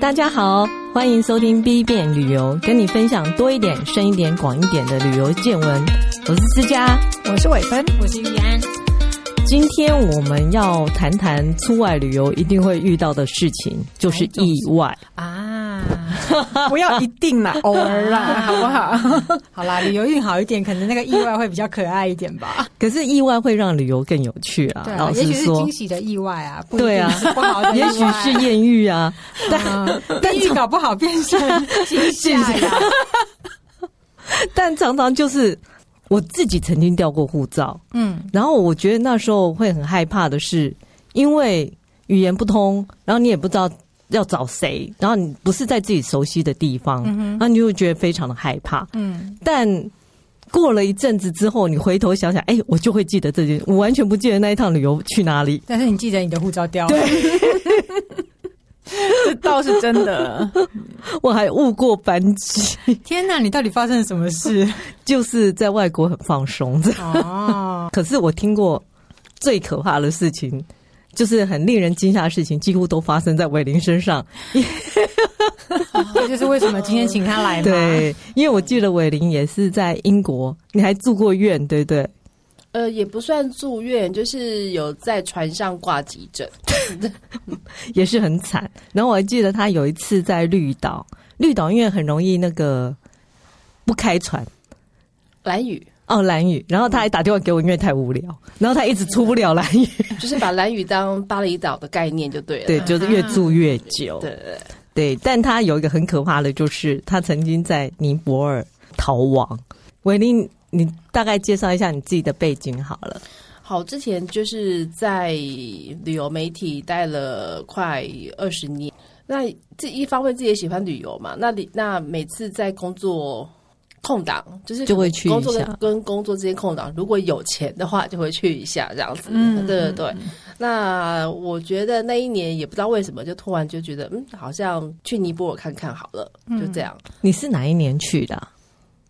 大家好，欢迎收听 B 变旅游，跟你分享多一点、深一点、广一点的旅游见闻。我是思佳，我是伟芬，我是玉安。今天我们要谈谈出外旅游一定会遇到的事情，就是意外。 啊，不要一定 啦，偶尔啦，好不好？好啦，旅游运好一点，可能那个意外会比较可爱一点吧。可是意外会让旅游更有趣啊！对老啊，也实许是说惊，喜的意外啊，不一对定啊是不好的意也外，许是艳遇啊， 但嗯， 但预搞不好变成惊吓呀。但常常就是我自己曾经掉过护照， 嗯，然后我觉得那时候会很害怕的是，因为语言不通，然后你也不知道要找谁，然后你不是在自己熟悉的地方，然后你就会觉得非常的害怕。嗯，但过了一阵子之后，你回头想想，哎，我就会记得这件，我完全不记得那一趟旅游去哪里。 但是你记得你的护照掉了，对， 这倒是真的。我还误过班机，天哪，你到底发生了什么事？ 就是在外国很放松。哦， 可是我听过最可怕的事情，就是很令人惊吓的事情，几乎都发生在伟林身上。这就是为什么今天请他来嘛。， 对，因为我记得伟林也是在英国，你还住过院，对不对？呃，也不算住院，就是有在船上挂急诊。也是很惨。然后我还记得他有一次在绿岛，绿岛因为很容易那个不开船。蓝雨哦，蓝屿，然后他还打电话给我，因为太无聊，然后他一直出不了蓝屿，就是把蓝雨当巴厘岛的概念就对 了。对，就是越住越久，对对对，但他有一个很可怕的，就是他曾经在尼泊尔逃亡。维林，你大概介绍一下你自己的背景好了。好，之前就是在旅游媒体待了快二十年。那这一方面自己也喜欢旅游嘛，那你那每次在工作空档，就是就会去一下嗯工作跟跟工作之间空档，如果有钱的话就会去一下这样子。嗯对对对。那我觉得那一年也不知道为什么，就突然就觉得嗯，好像去尼泊尔看看好了，就这样。你是哪一年去的啊？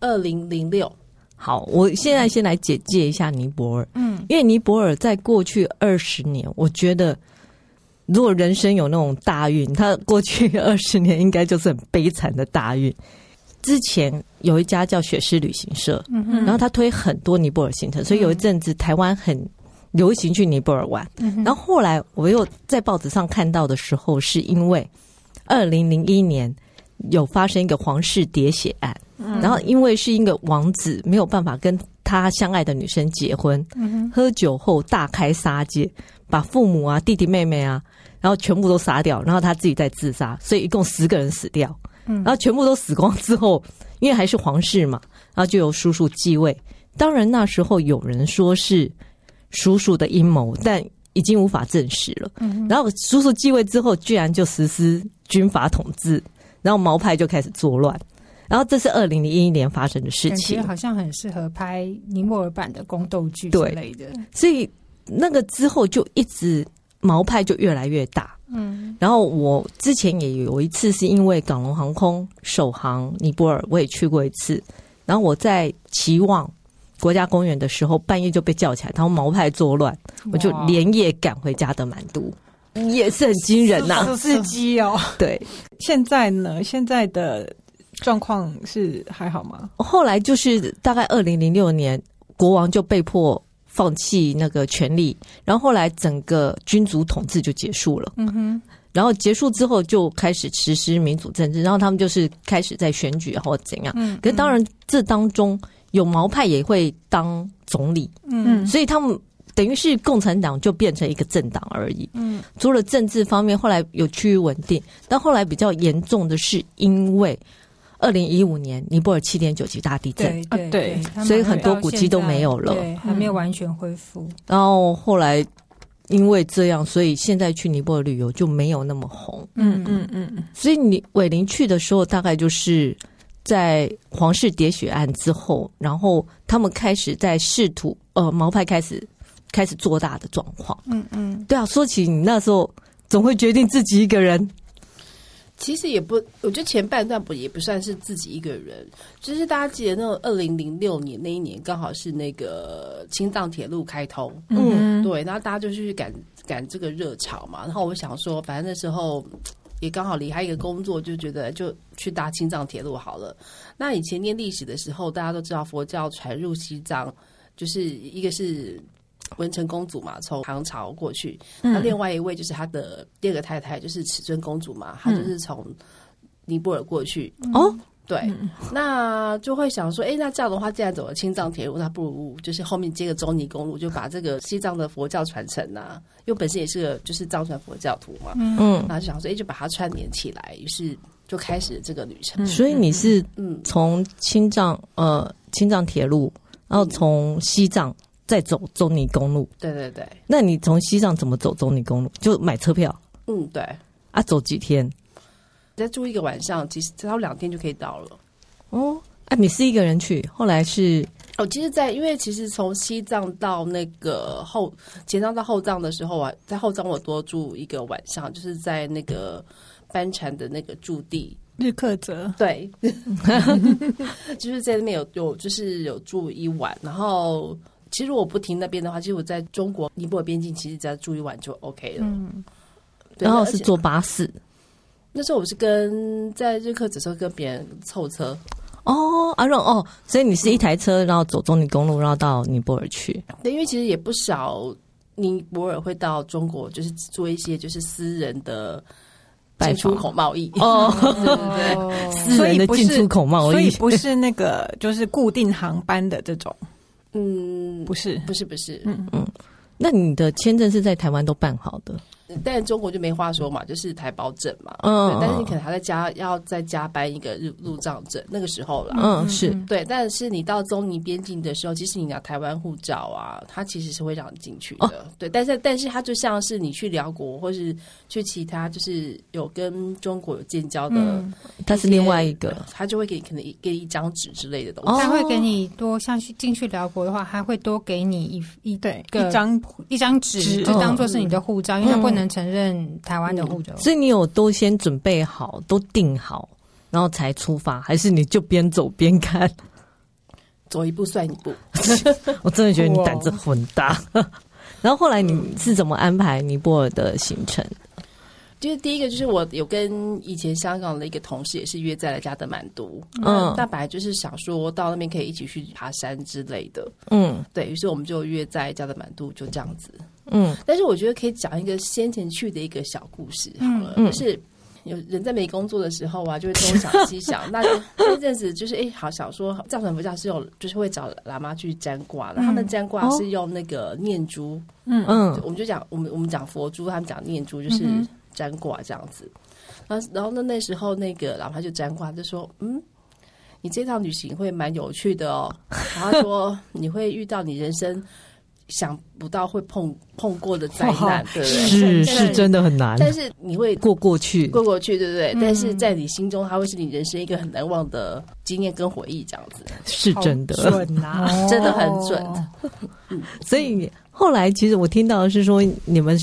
二零零六，好，我现在先来简介一下尼泊尔，嗯，因为尼泊尔在过去二十年，我觉得如果人生有那种大运，他过去二十年应该就是很悲惨的大运。之前有一家叫雪狮旅行社，嗯哼，然后他推很多尼泊尔行程，所以有一阵子台湾很流行去尼泊尔玩。然后后来我又在报纸上看到的时候，是因为二零零一年有发生一个皇室喋血案，然后因为是一个王子没有办法跟他相爱的女生结婚，喝酒后大开杀戒，把父母啊、弟弟妹妹啊，然后全部都杀掉，然后他自己再自杀，所以一共十个人死掉。嗯然后全部都死光之后，因为还是皇室嘛，然后就由叔叔继位。当然那时候有人说是叔叔的阴谋，但已经无法证实了。嗯然后叔叔继位之后，居然就实施军法统治，然后毛派就开始作乱。然后这是二零零一年发生的事感觉情，好像很适合拍尼泊尔版的宫斗剧之对类的。所以那个之后就一直毛派就越来越大。嗯然后我之前也有一次是因为港龙航空首航尼泊尔，我也去过一次。然后我在期望国家公园的时候，半夜就被叫起来，他们毛派作乱，我就哇连夜赶回家的满都，也是很惊人呐、好刺激哦！对，现在呢？现在的状况是还好吗？后来就是大概二零零六年，国王就被迫放弃那个权利，然后后来整个君主统治就结束了。嗯哼，然后结束之后就开始实施民主政治，然后他们就是开始在选举或怎样。嗯，可是当然，这当中有毛派也会当总理，嗯所以他们等于是共产党就变成一个政党而已。嗯除了政治方面，后来有趋于稳定，但后来比较严重的是因为二零一五年尼泊尔七点九级大地震，对啊对对他们所以很多到古迹现都在没有了嗯对，还没有完全恢复。然后后来因为这样，所以现在去尼泊尔旅游就没有那么红。嗯嗯嗯嗯，所以你伟林去的时候，大概就是在皇室喋血案之后，然后他们开始在试图呃毛派开始开始做大的状况。嗯嗯，对啊，说起你那时候总会决定自己一个人，其实也不，我觉得前半段不也不算是自己一个人，就是大家记得那种二零零六年那一年，刚好是那个青藏铁路开通，嗯对，然后大家就去赶赶这个热潮嘛。然后我想说，反正那时候也刚好离开一个工作，就觉得就去搭青藏铁路好了。那以前念历史的时候，大家都知道佛教传入西藏，就是一个是文成公主嘛，从唐朝过去；那另外一位就是他的第二个太太，就是尺尊公主嘛，她就是从尼泊尔过去。哦，对，那就会想说，哎，那这样的话，既然走了青藏铁路，那不如就是后面接个中尼公路，就把这个西藏的佛教传承啊，因为本身也是个就是藏传佛教徒嘛，嗯，然后就想说，哎，就把它串联起来，于是就开始了这个旅程。所以你是嗯，从青藏呃青藏铁路，然后从西藏再走中尼公路。对对对，那你从西藏怎么走中尼公路？就买车票嗯对，啊，走几天？再住一个晚上，其实只要两天就可以到了。哦，啊，你是一个人去，后来是哦，其实在，因为其实从西藏到那个后前藏到后藏的时候啊，在后藏我多住一个晚上，就是在那个班禅的那个驻地，日克泽，对， 就是在那边有有就是有住一晚，然后其实我不停那边的话，其实我在中国尼泊尔边境，其实只要住一晚就 OK 了。 嗯，对然后而是且坐巴士那时候我是跟在日喀则时候跟别人凑车，哦，啊，让哦，所以你是一台车，嗯然后走中尼公路，然后到尼泊尔 去。对，因为其实也不少尼泊尔会到中国，就是做一些就是私人的拜进访出口贸易。哦，私所人以的哦不进是出口 贸所以易，不是那个就是固定航班的这种，嗯，不是。不是不是，那你的签证是在台湾都办好的，但中国就没话说嘛，就是台胞证嘛。嗯对但是你可能还在加要再加班一个入入账证，那个时候啦。嗯，是对，但是你到中尼边境的时候，即使你拿台湾护照啊，它其实是会让你进去的。哦对，但是但是它就像是你去辽国或是去其他就是有跟中国有建交的，嗯，它是另外一个，它就会给你可能一给你一张纸之类的东哦西。他会给你多像去进去辽国的话，还会多给你一一对，个一张一张纸，纸就当做是你的护照，因为他不能承认台湾的护嗯照。所以你有都先准备好，都定好，然后才出发，还是你就边走边看？ 走一步算一步。我真的觉得你胆子很大。 然后后来你是怎么安排尼泊尔的行程？就是第一个，就是我有跟以前香港的一个同事也是约在了加德满都，嗯那本来就是想说到那边可以一起去爬山之类的，嗯对于是我们就约在加德满都就这样子。嗯但是我觉得可以讲一个先前去的一个小故事好了，嗯嗯就是有人在没工作的时候啊，就会东想 西想。那那阵子就是哎、好想说藏传佛教是有，就是会找喇嘛去占卦，然后他们占卦哦是用那个念珠，嗯我们就讲我们我们讲佛珠，他们讲念珠就是占卦这样子。然后然后那那时候那个喇嘛就占卦就说嗯。你这趟旅行会蛮有趣的哦，然后他 说你会遇到你人生想不到会碰碰过的灾难，对不对？ 是啊但是真的很难但是你会过过去。过过去，对不对？嗯但是在你心中，它会是你人生一个很难忘的经验跟回忆，这样子，是真好的，准啊！真的很 准。哦所以后来其实我听到的是说你们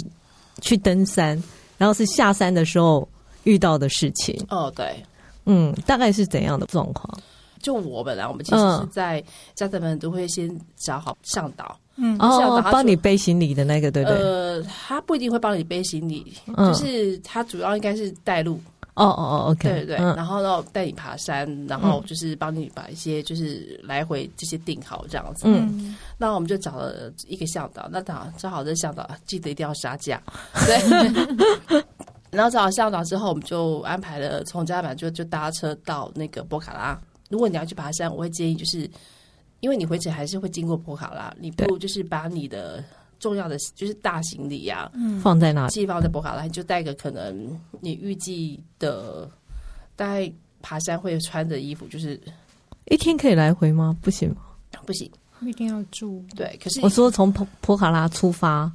去登山，然后是下山的时候遇到的事情，哦，对，嗯，大概是怎样的状况？就我本来我们其嗯实是在家长们都会先找好向导，嗯不是要哦把帮它，做你背行李的那个，对不对？呃，他不一定会帮你背行李，嗯就是他主要应该是带路，哦哦哦，OK，对对对，嗯然后呢带你爬山，然后就是帮你把一些就是来回这些定好这样子。嗯，那我们就找了一个向导，那他找好这向导，啊记得一定要杀 价，对。然后找好向导之后，我们就安排了从加满就就搭车到那个博卡拉。如果你要去爬山，我会建议就是，因为你回程还是会经过博卡拉，你不如就是把你的重要的就是大行李啊呀、放在那里，寄放在博卡拉，你就带个可能你预计的大概爬山会穿的衣服，就是一天可以来回吗？不行吗，不行。不嗯一定要住。对，可是我说从普普卡拉出发，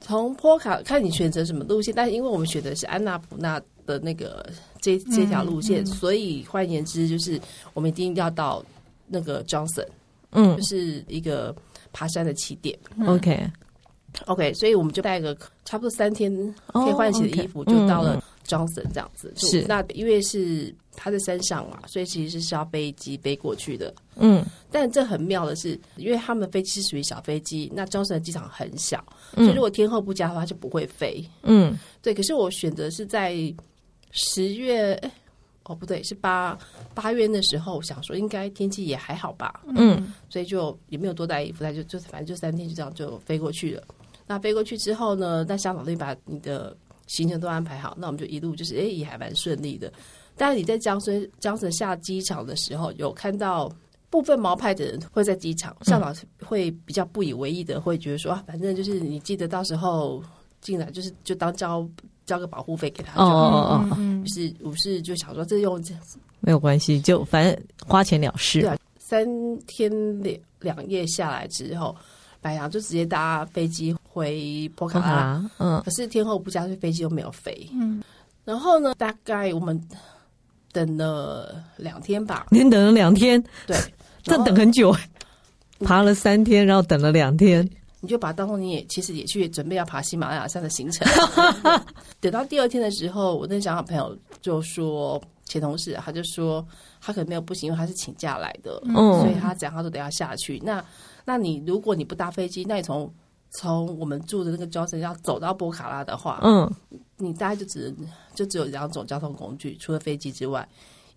从波卡看你选择什么路线，但是因为我们选的是安娜普纳的那个这嗯这条路线，所以换言之，就是我们一定要到那个 Johnson，嗯就是一个爬山的起点。 ，OK， OK，所以我们就带个差不多三天哦可以换洗的衣服， ，OK，就到嗯了 Johnson 这样子。就是那因为是他在山上嘛，所以其实是要背机背过去的。嗯，但这很妙的是，因为他们飞机是属于小飞机，那 Johnson 的机场很小，嗯所以如果天候不佳的话就不会飞。嗯对，可是我选择是在十月，哎哦不对，是八八月那时候，想说应该天气也还好吧，嗯，所以就也没有多带衣服，他就就反正就三天就这样就飞过去了。那飞过去之后呢，那香港那边把你的行程都安排好，那我们就一路就是哎也还蛮顺利的。但是你在江森江森下机场的时候，有看到部分毛派的人会在机场，向导会比较不以为意的，会觉得说啊，反正就是你记得到时候进来就是就当交交个保护费给他就哦好。哦哦，嗯于是我是就想说，这用这没有关系，就反正花钱了事对。啊三天两两夜下来之后，白羊就直接搭飞机回波卡拉。啊，嗯可是天后不佳，所以飞机又没有飞。嗯然后呢，大概我们等了两天吧，连等了两天，对，这然后等很久，爬了三天，然后等了两天，你就把它当做你也其实也去准备要爬喜马拉雅山的行 程。等到第二天的时候，我那香港朋友就说，前同事啊他就说他可能没有不行，因为他是请假来的，嗯所以他讲他都得要下去。那那你如果你不搭飞机，那你从从我们住的那个 Johnson 要走到波卡拉的话，嗯你大概就只能就只有两种交通工具，除了飞机之外，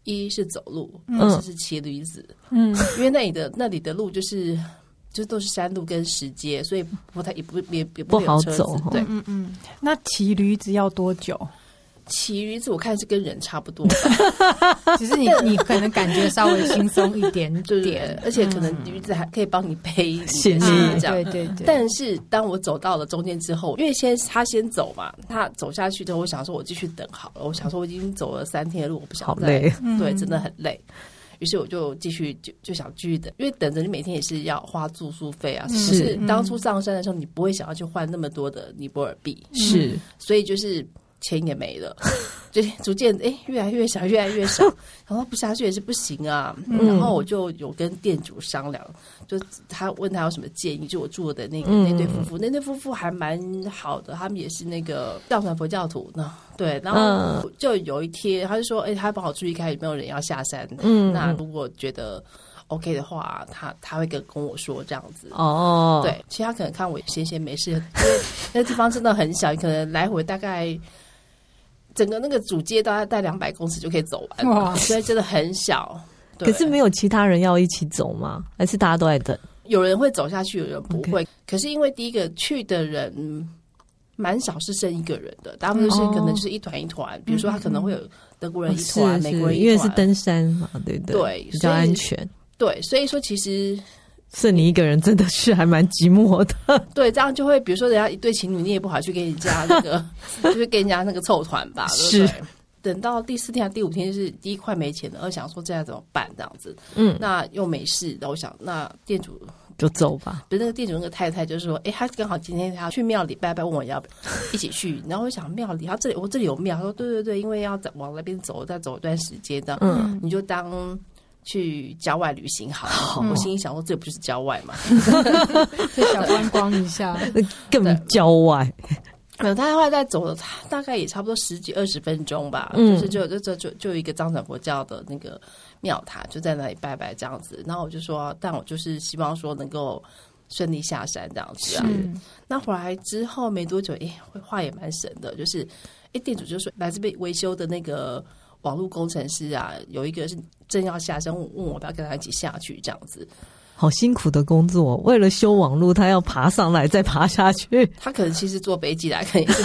一是走路，嗯二是是骑驴子，嗯，因为那里的那里的路就是就都是山路跟石阶，所以不太也不也也不会有好车子走哦对，嗯嗯，那骑驴子要多久？骑驴子我看是跟人差不多吧，只是你你可能感觉稍微轻松一点对不对点，？而且可能驴子还可以帮你背你的嗯行李啊行李这样。对对对，但是当我走到了中间之后，因为先他先走嘛，他走下去之后，我想说，我继续等好了。我想说，我已经走了三天的路，我不想好再累，对，真的很累。于是我就继续就就想继续等，因为等着你每天也是要花住宿费啊。是只是当初上山的时候，你不会想要去换那么多的尼泊尔币，是所以就是钱也没了， 就是逐渐哎越来越少，越来越 少。然后不下去也是不行啊。嗯然后我就有跟店主商量，就他问他有什么建议，就我住的那个嗯那对夫妇，那对夫妇还蛮好的，他们也是那个藏传佛教徒呢。对，然后嗯就有一天，他就说，哎、他帮我注意看有没有人要下山。嗯那嗯如果觉得 OK 的话，他他会跟跟我说这样子。哦，对，其实他可能看我闲闲没事， 因为那个地方真的很小，可能来回大概整个那个主街大概带两百公尺就可以走完了，哇所以真的很小。对可是没有其他人要一起走吗？还是大家都在等？有人会走下去，有人不会。可是因为第一个去的人蛮少，是剩一个人的，大部分都是嗯可能就是一团一团，比如说他可能会有德国人一哦是团、是美国人一团，因为是登山嘛，对不对比较所以安全。对，所以说其实剩你一个人真的是还蛮寂寞的，对，这样就会，比如说人家一对情侣，你也不好去跟人家那个，就是跟人家那个凑团吧，对不对？等到第四天、第五天，就是第一块没钱了，二想说这样怎么办？这样子，嗯，那又没事，那我想，那店主就走吧。不是那个店主那个太太，就是说，哎，她刚好今天她去庙里拜拜，问我要不要一起去。然后我想庙里，她这里我这里有庙，她说对对对，因为要走往那边走，再走一段时间的，嗯，你就当去郊外旅行好了。我心里想说，这不就是郊外嘛？就小 观光一下，那更郊外，没有，他后来再走了，他大概也差不多十几二十分钟吧，嗯就是就就就就就有一个藏传佛教的那个庙塔，就在那里拜拜这样子。然后我就说，但我就是希望说能够顺利下山这样子啊。嗯那回来之后没多久，诶，话也蛮神的，就是诶，店主就说来这边维修的那个网络工程师啊，有一个是正要下山，问问我要不要跟他一起下去这样子。好辛苦的工作。为了修网路，他要爬上来再爬下去，他可能其实坐飞机来，可能 也是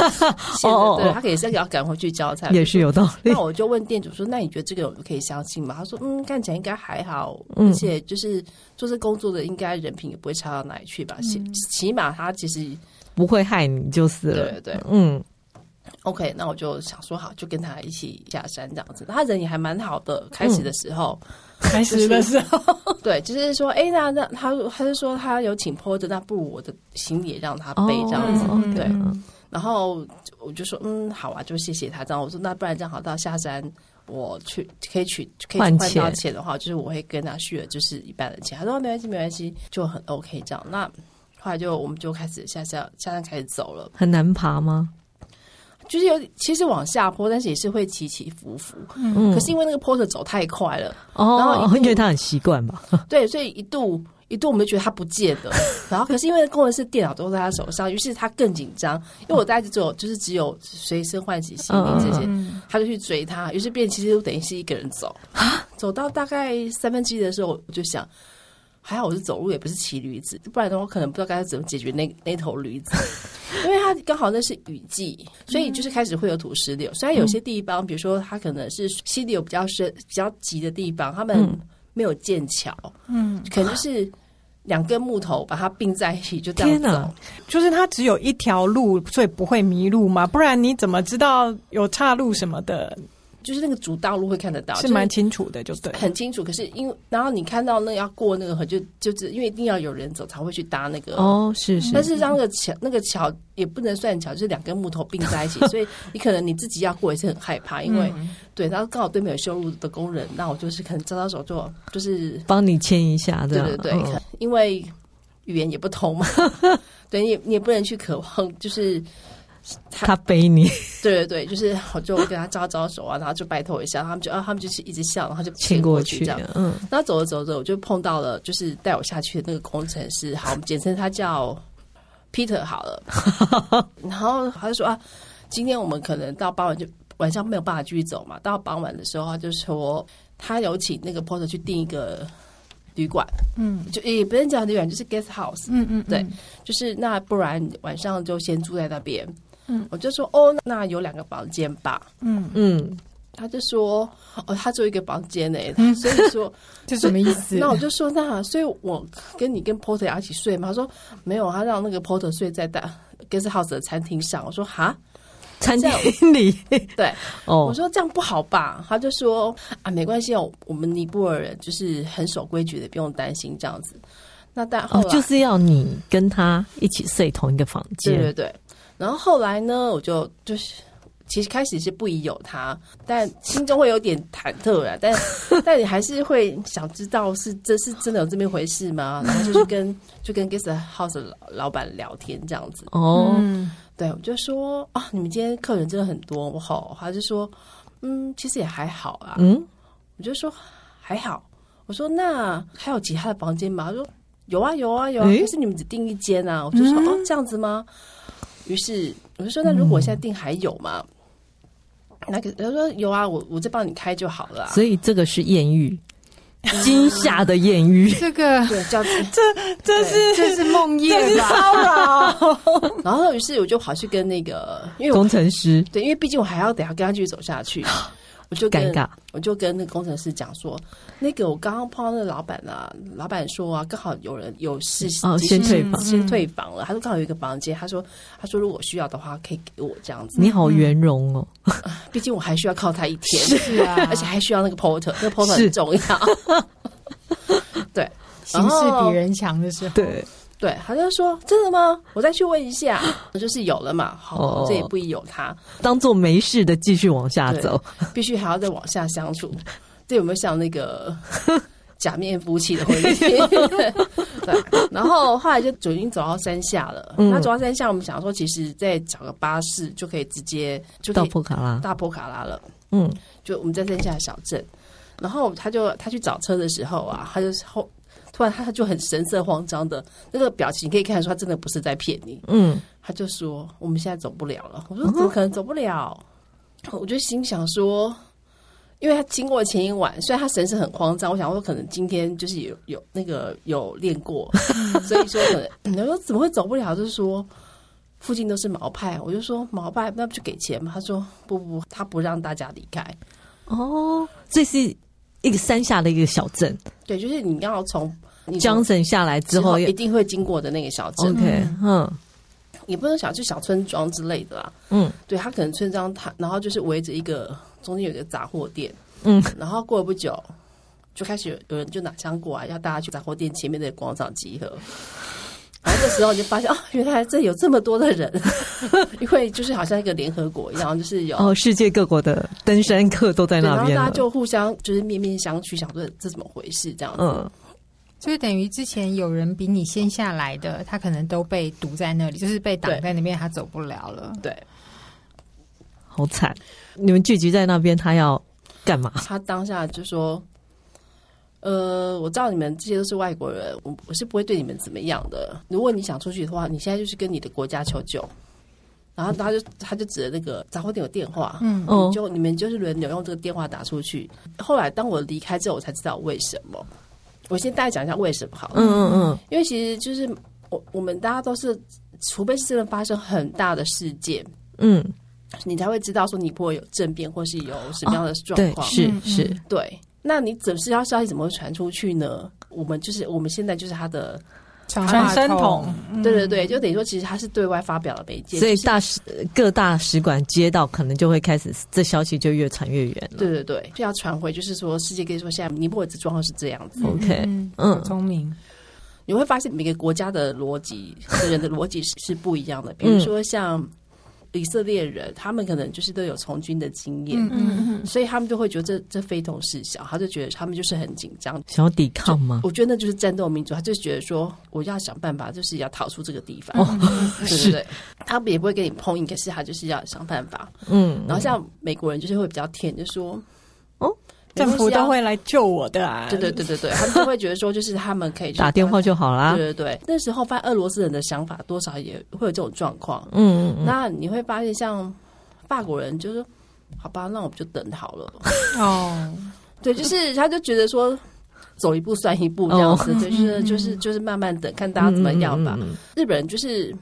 哦哦对，哦他可能也是要赶回去交差，也是有道理那。我就问店主说：“那你觉得这个我可以相信吗？”他说：“嗯，看起来应该还好，嗯而且就是做这工作的，应该人品也不会差到哪里去吧。起嗯起码他其实不会害你就是了。对对嗯， OK。那我就想说好，就跟他一起下山这样子。他人也还蛮好的，开嗯始的时候，开始的时候，对，就是说，哎，那那他他就说他有请坡的，那不如我的行李也让他背这样子，哦对。嗯嗯然后我就说，嗯，好啊，就谢谢他。这样我说，那不然这样好，到下山我去可以取可以换换钱到钱的话，就是我会跟他续了，就是一半的钱。他说、哦没关系，没关系，就很 OK 这样。那嗯后来就我们就开始下下下山开始走了，很难爬吗？就是有其实往下坡，但是也是会起起伏伏。嗯，可是因为那个坡的走太快了， 然后一哦，路因为他很习惯吧。对，所以一度一度我们就觉得他不见 了，然后可是因为工程师电脑都在他手上，于是他更紧张，因为我大概就只有就是只有随身换洗行李这些，嗯他就去追他，于是变其实我等于是一个人走走到大概三分之一的时候，我就想。还好我是走路，也不是骑驴子，不然的话我可能不知道该怎么解决那那头驴子， 因为它刚好那是雨季，所以就是开始会有土石流。虽然有些地方，比如说它可能是溪流比较深、比较急的地方，他们没有建桥，嗯，可能就是两根木头把它并在一起，就这样天哪走。就是它只有一条路，所以不会迷路嘛，不然你怎么知道有岔路什么的？就是那个主道路会看得到，是蛮清楚的，就对就是。很清楚。可是因为然后你看到那个要过那个河，就就是因为一定要有人走才会去搭那个哦，是是但，是让那个桥，那个桥也不能算桥，就是两根木头并 在一起，所以你可能你自己要过也是很害怕，因为、嗯对，然后刚好对面有修路的工人，那我就是可能招招手就就是帮你牵一下这对样。对对，嗯因为语言也不通 嘛，对你也你也不能去渴望，就是他背你，对对对，就是我就跟他招招手啊，然后就拜托一下，他们就啊他们就是一直笑，然后就牵过过去去这样。，嗯，然后走着走着，我就碰到了，就是带我下去的那个工程师，好，我们简称他叫 Peter 好了。然后他就说啊，今天我们可能到傍晚就晚上没有办法继续走嘛，到傍晚的时候他就说他有请那个 porter 去订一个旅馆，嗯就也不能讲旅馆，就是 guest house，嗯嗯，对，就是那不然晚上就先住在那边。嗯，我就说哦，那有两个房间吧。嗯，嗯，他就说哦，他只有一个房间呢、嗯所以说。这什么意思？那我就说，那所以我跟你跟 Porter 要一起睡吗？他说没有，他让那个 Porter 睡在大 guest house 的餐厅上。我说哈，餐厅里， 对，我哦，说这样不好吧？他就说啊，没关系哦，我们尼泊尔人就是很守规矩的，不用担心这样子。那但后哦，来、就是要你跟他一起睡同一个房对对间，对，然后后来呢，我就就是。其实开始是不疑有他，但心中会有点忐忑啦。但但你还是会想知道是这是真的有这么一回事吗？然后就去跟就跟 guest house 的老老板聊天这样子。哦，嗯对，我就说啊，你们今天客人真的很多，我好。他就说，嗯，其实也还好啊。嗯，我就说还好。我说那还有其他的房间吗？他说有啊有啊有啊，诶嗯可是你们只订一间啊。我就说、哦这样子吗？于是我就说那如果我嗯现在订还有吗？那个他说有啊，我我再帮你开就好了、啊。所以这个是艳遇，嗯惊吓的艳 遇，这个对，这样 子。这是这是梦这魇是吧？骚扰，然后于是我就跑去跟那个，因为我工程师对，因为毕竟我还要等一下跟他继续走下去，我就跟尴尬，我就跟那个工程师讲说，那个我刚刚碰到那个老板啊，老板说啊，刚好有人有事哦，急先退事房。先退房了。他说刚好有一个房间，他说他说如果需要的话可以给我这样子，你好圆融哦，毕竟我还需要靠他一天，是啊，而且还需要那个 porter，那个 porter 是很重要。 对形势比人强的时候，对，对，他就说真的吗？我再去问一下， 就是有了嘛，好哦，这也不宜有他，当做没事的继续往下对走，必须还要再往下相 处。这有没有像那个假面夫妻的 婚礼？对。然后后来就就已经走到山下了。嗯那走到山下，我们想说，其实再找个巴士就可以直接就可到以普卡拉，大波卡拉了。嗯，就我们在山下的小镇。然后他就他去找车的时候啊，他就后突然他就很神色慌张的那个表情，可以看得出他真的不是在骗你。嗯，他就说：“我们现在走不了了。”我说：“怎么可能走不了？”我就心想说，因为他经过前一晚，虽然他神神很慌张，我想说可能今天就是有有那个有练 过，所以说可能你说怎么会走不了？就是说附近都是毛派，我就说毛派那不就给钱吗？他说不不，他不让大家离开。哦，这是一个山下的一个小镇对，就是你要从你从，Johnson 下来之之后后一定会经过的那个小镇， ，OK，嗯也不能小就小村庄之类的啦。嗯对他可能村庄他，然后就是围着一个中间有一个杂货店，嗯，然后过了不久，就开始有有人就拿枪过来，要大家去杂货店前面的广场集合。然后这时候你就发现，哦，原来这有这么多的人， 因为就是好像一个联合国一样，就是有。哦，世界各国的登山客都在对，然那后边大家了，就互相就是面面相觑，想说这怎么回事这样子。嗯，所以等于之前有人比你先下来的，他可能都被堵在那里，就是被挡在那边，他走不了了。对，好惨，你们聚集在那边，他要干嘛？他当下就说：“呃，我知道你们这些都是外国人，我我是不会对你们怎么样的。如果你想出去的话，你现在就是跟你的国家求救。”然后他就他就指着那个杂货店有电话，嗯哦你就你们就是轮流用这个电话打出去。后来当我离开之后，我才知道为什么。我先大概讲一下为什么好了，嗯嗯嗯，因为其实就是我我们大家都是，除非是真的发生很大的事件，嗯，你才会知道说尼泊尔有政变或是有什么样的状哦对，况。是嗯是，对，那你怎是要消息怎么会传出去呢？我们就是我们现在就是他的，传声筒，对对对，就等于说其实他是对外发表了媒介，所以就是大使各大使馆接到，可能就会开始这消息就越传越远了。对对对，就要传回，就是说世界跟你说现在尼泊尔的状况是这样子， OK，嗯嗯聪明，你会发现每个国家的逻辑、的人的逻辑是是不一样的。比如说像以色列人，他们可能就是都有从军的经验。嗯嗯所以他们就会觉得这这非同事小，他就觉得他们就是很紧张。想要抵抗吗？我觉得那就是战斗民族，他就觉得说我要想办法，就是要逃出这个地方。哦嗯， 对对对，他们也不会跟你碰硬，可是他就是要想办法。嗯，然后像美国人就是会比较舔，就说哦，没政关系啊府都，会来救我的啊。对对对对对，他们就会觉得说就是他们可以去打电话就好啦。对对对，那时候发现俄罗斯人的想法多少也会有这种状况。嗯嗯那你会发现，像法国人就是，好吧，那我们就等好了。哦，对， 就是他就觉得说。走一步算一步这样哦子，对，就是就是就是慢慢等，看大家怎么样吧。嗯嗯嗯日本人就是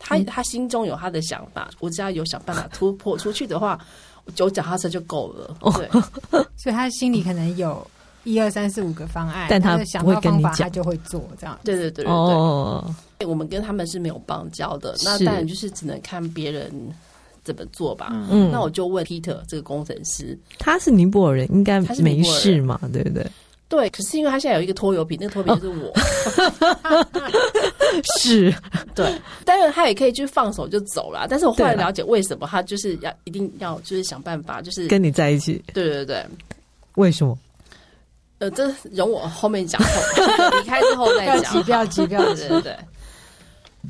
他他心中有他的想法，我只要有想办法突破出去的话，我有脚踏车就够了。哦对，所以他心里可能有一二三四五个方案，但他他就想到不方会跟法你讲他就会做这样。对对对对对哦，我们跟他们是没有邦交的，那是当然就是只能看别人怎么做吧。嗯，那我就问 Peter 这个工程师，他是尼泊尔人，应该他是没尼泊尔人事嘛，对不 对？对，可是因为他现在有一个拖油瓶，那个拖油瓶就是我，是，对，当然他也可以去放手就走啦。但是我后来对啦了解为什么他就是要一定要就是想办法，就是对跟你在一起，对对对，为什么？呃，这容我后 面讲，后离开之后再讲，不要 急不要急对对对。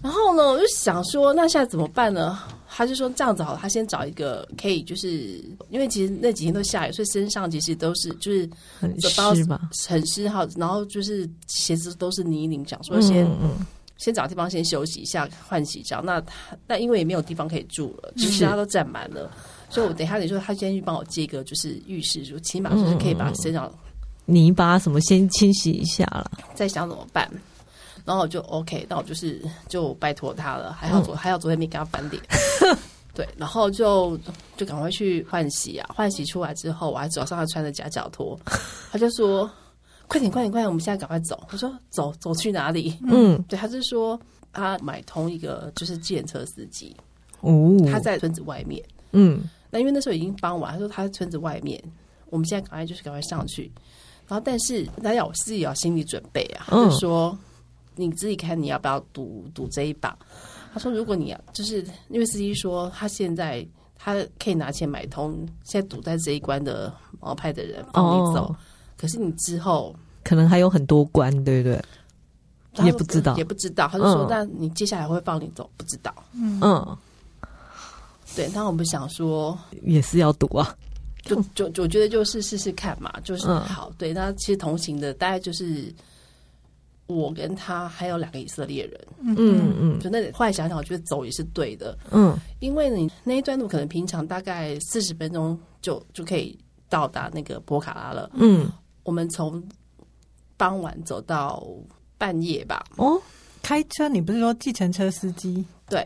然后呢，我就想说，那现在怎么办呢？他就说这样子好了，他先找一个可以，就是因为其实那几天都下雨，所以身上其实都是就是很走到湿吧？很湿哈，然后就是鞋子都是泥泞，想说嗯先、嗯嗯先找地方先休息一下，换洗一下。那他那因为也没有地方可以住了，就是是大家都占满了，所以我等一下你说他先去帮我借一个就是浴室，就起码就是可以把身上泥巴什么先清洗一下啦。在想怎么办。然后我就 OK，那我就是就拜托他了，还好昨、还好昨天没跟他翻脸，对，然后就就赶快去换洗啊，换洗出来之后，我还早上还穿着夹脚拖，他就说快点快点快点，我们现在赶快走。我说走走去哪里？嗯，对，他就说他买通一个就是计程车司机，哦，他在村子外面，嗯那因为那时候已经傍晚，他说他在村子外面，我们现在赶快就是赶快上去。然后，但是他要我自己有心理准备啊，他嗯就说你自己看你要不要赌赌这一把。他说，如果你要就是因为司机说他现在他可以拿钱买通现在赌在这一关的毛派的人放你走，哦，可是你之后可能还有很多关，对不对？他说也不知道也不知道，他就嗯说、那你接下来会放你走，不知道。嗯，对，那我们想说，也是要赌啊。就就就我觉得就是试试看嘛，就是、嗯好对。那其实同行的大概就是我跟他还有两个以色列人，嗯嗯就那里后来想想，我觉得走也是对的，嗯因为你那一段路可能平常大概四十分钟就就可以到达那个博卡拉了，嗯，我们从傍晚走到半夜吧，哦，开车，你不是说计程车司机？对，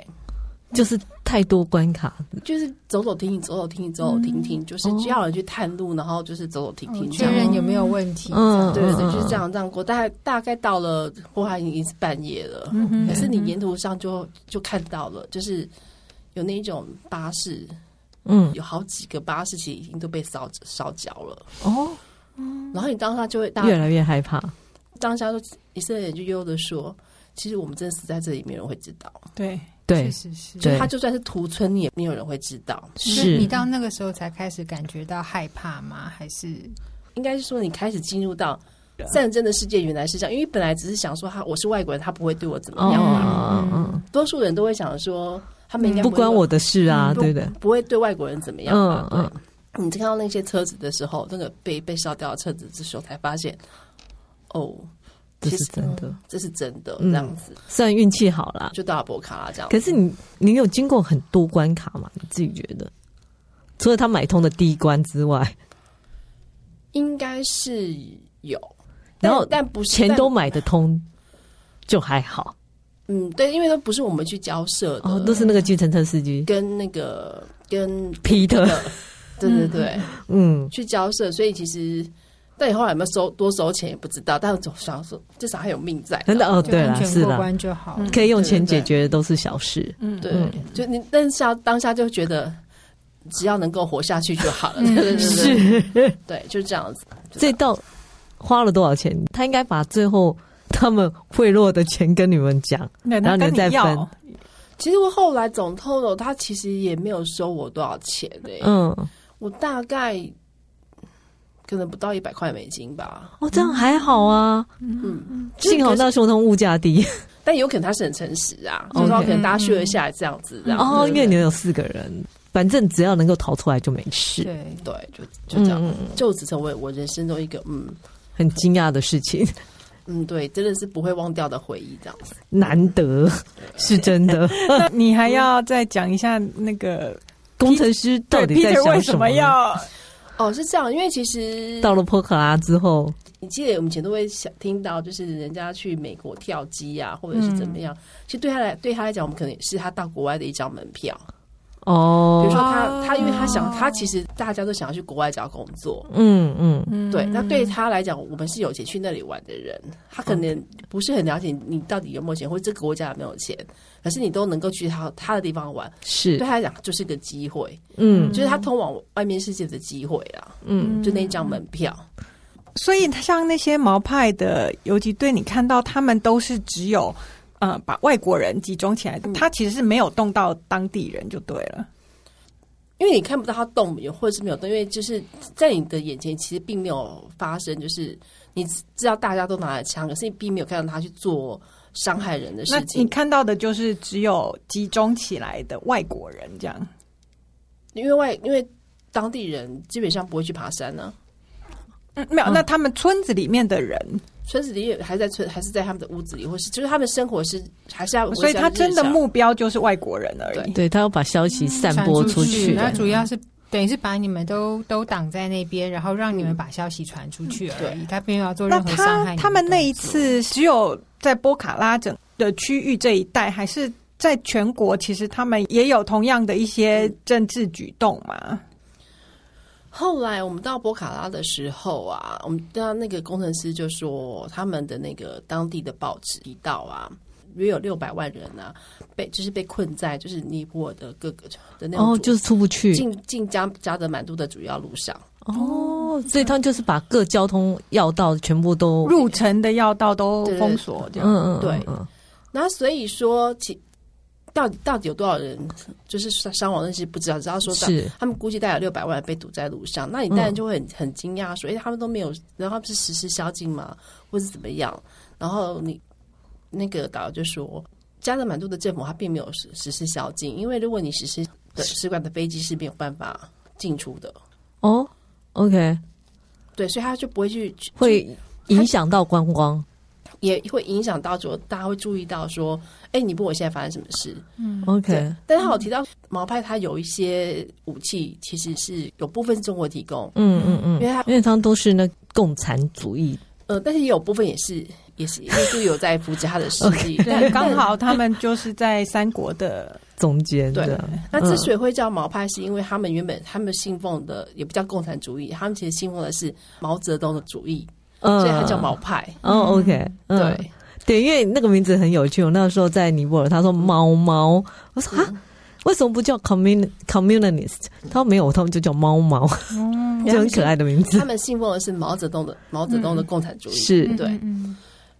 就是太多关卡，就是走走停停，走走停停，走走停停，就是哦只要有人去探路，然后就是走走停停，这哦确样。认有没有问题，嗯对对对，就是这样这样过。大概大概到了波海已经是半夜了，嗯可是你沿途上就就看到了，就是有那一种巴士，嗯有好几个巴士其实已经都被烧烧焦了。哦，然后你当下就会大越来越害怕。当下就以色列人就悠悠的说。其实我们真的死在这里，没有人会知道。对，对确，实是。对就他就算是屠村，你也没有人会知道。是你到那个时候才开始感觉到害怕吗？还是应该是说，你开始进入到战争的世界，原来是这样。因为本来只是想说他，我是外国人，他不会对我怎么样嘛。哦嗯多数人都会想说，他们应嗯，该不会关问我的事啊，不对不对？不会对外国人怎么样嗯吧？嗯对，你看到那些车子的时候，那个被被烧掉的车子的时候，才发现，哦，这其是实真的。这是真的，嗯这样子虽然运气好啦，就到了博卡拉这样。可是你你有经过很多关卡吗？你自己觉得？除了他买通的第一关之 外，应该是有，然后但但不是钱都但买得通，就还好嗯，对，因为都不是我们去交涉的，哦，都是那个计程车司机跟那个 跟皮特，对对对、嗯，去交涉，所以其实但你后来有没有收多收钱也不知道，但总想说至少还有命在，真的哦，就对安啦，全是过啦，关就好。可以用对对钱对解决的都是小事，嗯，对，嗯就你但下当下就觉得只要能够活下去就好了，嗯对对对对，对，就这样子。这道花了多少钱？他应该把最后他们贿赂的钱跟你们讲，对，然后他你跟们再你分要，其实我后来总透露，他其实也没有收我多少钱的、嗯，我大概可能不到一百块美金吧。哦，这样还好啊，嗯，幸好就是可那是时候通物价低但有可能他是很诚实啊，所以说嗯 OK 可能大家削了下来这样子，这样哦，嗯对因对为你们有四个人，反正只要能够逃出来就没事，对，对，就就这样，嗯嗯嗯就只成为我人生中一个嗯很惊讶的事情，嗯，对，真的是不会忘掉的回忆，这样子。难得是真的。那你还要再讲一下那个工程师到对底在 Peter 为想什么么呢？要哦，是这样，因为其实到了波克拉之后，你记得我们以前都会想听到，就是人家去美国跳机啊，或者是怎么嗯样。其实对他来对他来讲，我们可能也是他到国外的一张门票。比如说哦，他他因为他想他其实大家都想要去国外找工作，嗯嗯，对，那对他来讲，我们是有钱去那里玩的人，他可能不是很了解你到底有没有钱，或者这个国家有没有钱，可是你都能够去他他的地方玩，是对，他来讲就是个机会，嗯就是他通往外面世界的机会啊，嗯，就那一张门票。所以像那些毛派的游击队，你看到他们都是只有呃把外国人集中起来，嗯他其实是没有动到当地人就对了。因为你看不到他动没有，或者是没有动，因为就是在你的眼前，其实并没有发生。就是你知道大家都拿了枪，可是你并没有看到他去做伤害人的那事你情。看到的就是只有集中起来的外国人这样。因为外，因为当地人基本上不会去爬山呢、啊嗯，没有，那他们村子里面的人，村子里也还在村，还是在他们的屋子里，或是就是他们生活是还是要，所以他真还是的要日常目标就是外国人而已。对他要把消息散嗯播出去，嗯它主要是等于是把你们都都挡在那边，然后让嗯你们把消息传出去而已。他并没有做那任何伤害他你他们那一的动作次只有在波卡拉整的区域这一带，还是在全国，其实他们也有同样的一些政治举动嘛。后来我们到博卡拉的时候啊，我们到那个工程师就说，他们的那个当地的报纸提到啊，约有六百万人啊，被就是被困在就是尼泊尔的各个的那种哦，主就是出不去进进加加德满都的主要路上，哦，所以他们就是把各交通要道全部都，入城的要道都对对封锁，这嗯样。嗯，嗯对嗯那所以说其。到底到底有多少人就是伤伤亡那些不知道，只要说到是他们估计大概有六百万被堵在路上，嗯那你当然就会很很惊讶，说，哎、他们都没有，然后他们是实施宵禁吗，或是怎么样？然后你那个导游就说，加德满都的政府他并没有实实施宵禁，因为如果你实施的使馆的飞机是没有办法进出的，哦，OK，对，所以他就不会去，去会影响到观光，也会影响到说大家会注意到说，哎、你不我现在发生什么事？嗯 OK，但是他有提到毛派他有一些武器其实是有部分是中国提供，嗯嗯嗯，因为他因为他们都是那共产主义，呃，但是也有部分也是也是因为就有在扶持他的实力。对，刚好他们就是在三国的，中间对这样那之所以会叫毛派，是因为他们原本他们信奉的也不叫共产主义，他们其实信奉的是毛泽东的主义，嗯所以他叫毛派。哦，OK，嗯对，对，因为那个名字很有趣。我那时候在尼泊尔，他说猫猫，我说嗯啊，为什么不叫 commun communist？他说没有，他们就叫猫猫，嗯就很可爱的名字他。们信奉的是毛泽东的毛泽东的共产主义。嗯是对。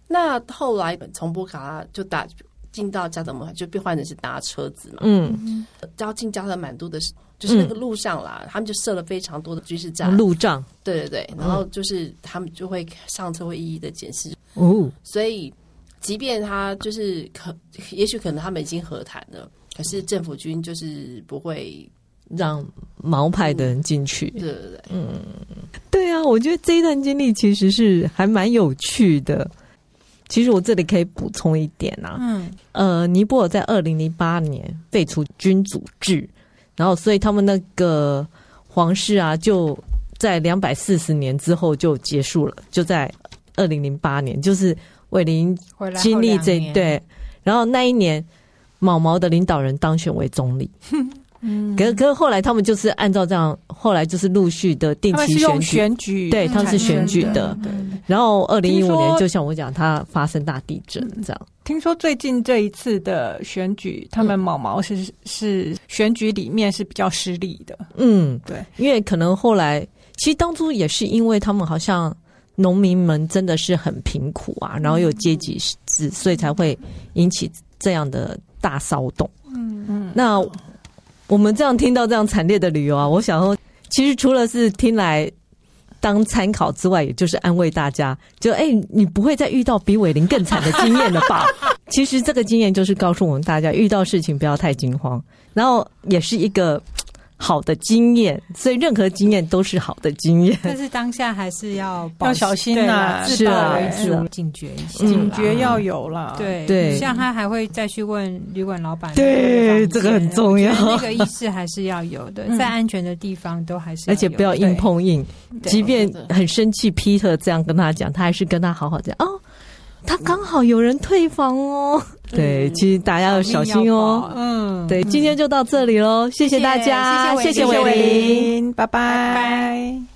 那后来从波卡拉就打进到加德满，就被换成是搭车子嘛。嗯，要进加德满都的时候，就是那个路上啦，他们就设了非常多的军事炸弹。路障对对对，然后就是他们就会上车会一一的检视哦，所以，即便他就是可，也许可能他们已经和谈了，可是政府军就是不会，让毛派的人进去。对对对，对啊，我觉得这一段经历其实是还蛮有趣的。其实我这里可以补充一点啊，嗯，呃，尼泊尔在二零零八年废除君主制，然后所以他们那个皇室啊，就在两百四十年之后就结束了，就在二零零八年，就是伟林回来后经历两这年，对，然后那一年毛毛的领导人当选为总理，嗯可是可是后来他们就是按照这样，后来就是陆续的定他们期是选用举，选举对，他们是选举产生的的。对对然后二零一听五说嗯年，就像我讲，它发生大地震这样。听说最近这一次的选嗯举，他们毛毛是、是选举里面是比较失利的，嗯，对，因为可能后来，其实当初也是因为他们好像农民们真的是很贫苦啊，然后有阶级制，所以才会引起这样的大骚动。嗯，嗯，那我们这样听到这样惨烈的理由啊，我想说，其实除了是听来当参考之外，也就是安慰大家，就哎、你不会再遇到比伟林更惨的经验了 吧？其实这个经验就是告诉我们大家，遇到事情不要太惊慌，然后也是一个嘖好的经验，所以任何经验都是好的经验。但是当下还是要保要小心对啦啊自是保啊为是啊主，警觉一下警啦，警觉要有啦，，对嗯对像他还会再去问旅馆老板，对这个很重要那个意识还是要有的，嗯在安全的地方都还是有的，而且不要硬碰硬，对，即便对很生气，Peter 这样跟他讲，他还是跟他好好讲哦。他刚好有人退房哦，对，嗯其实大家要小心哦。嗯，对，今天就到这里喽，谢谢大家，谢谢谢谢伟伟林。林，拜拜拜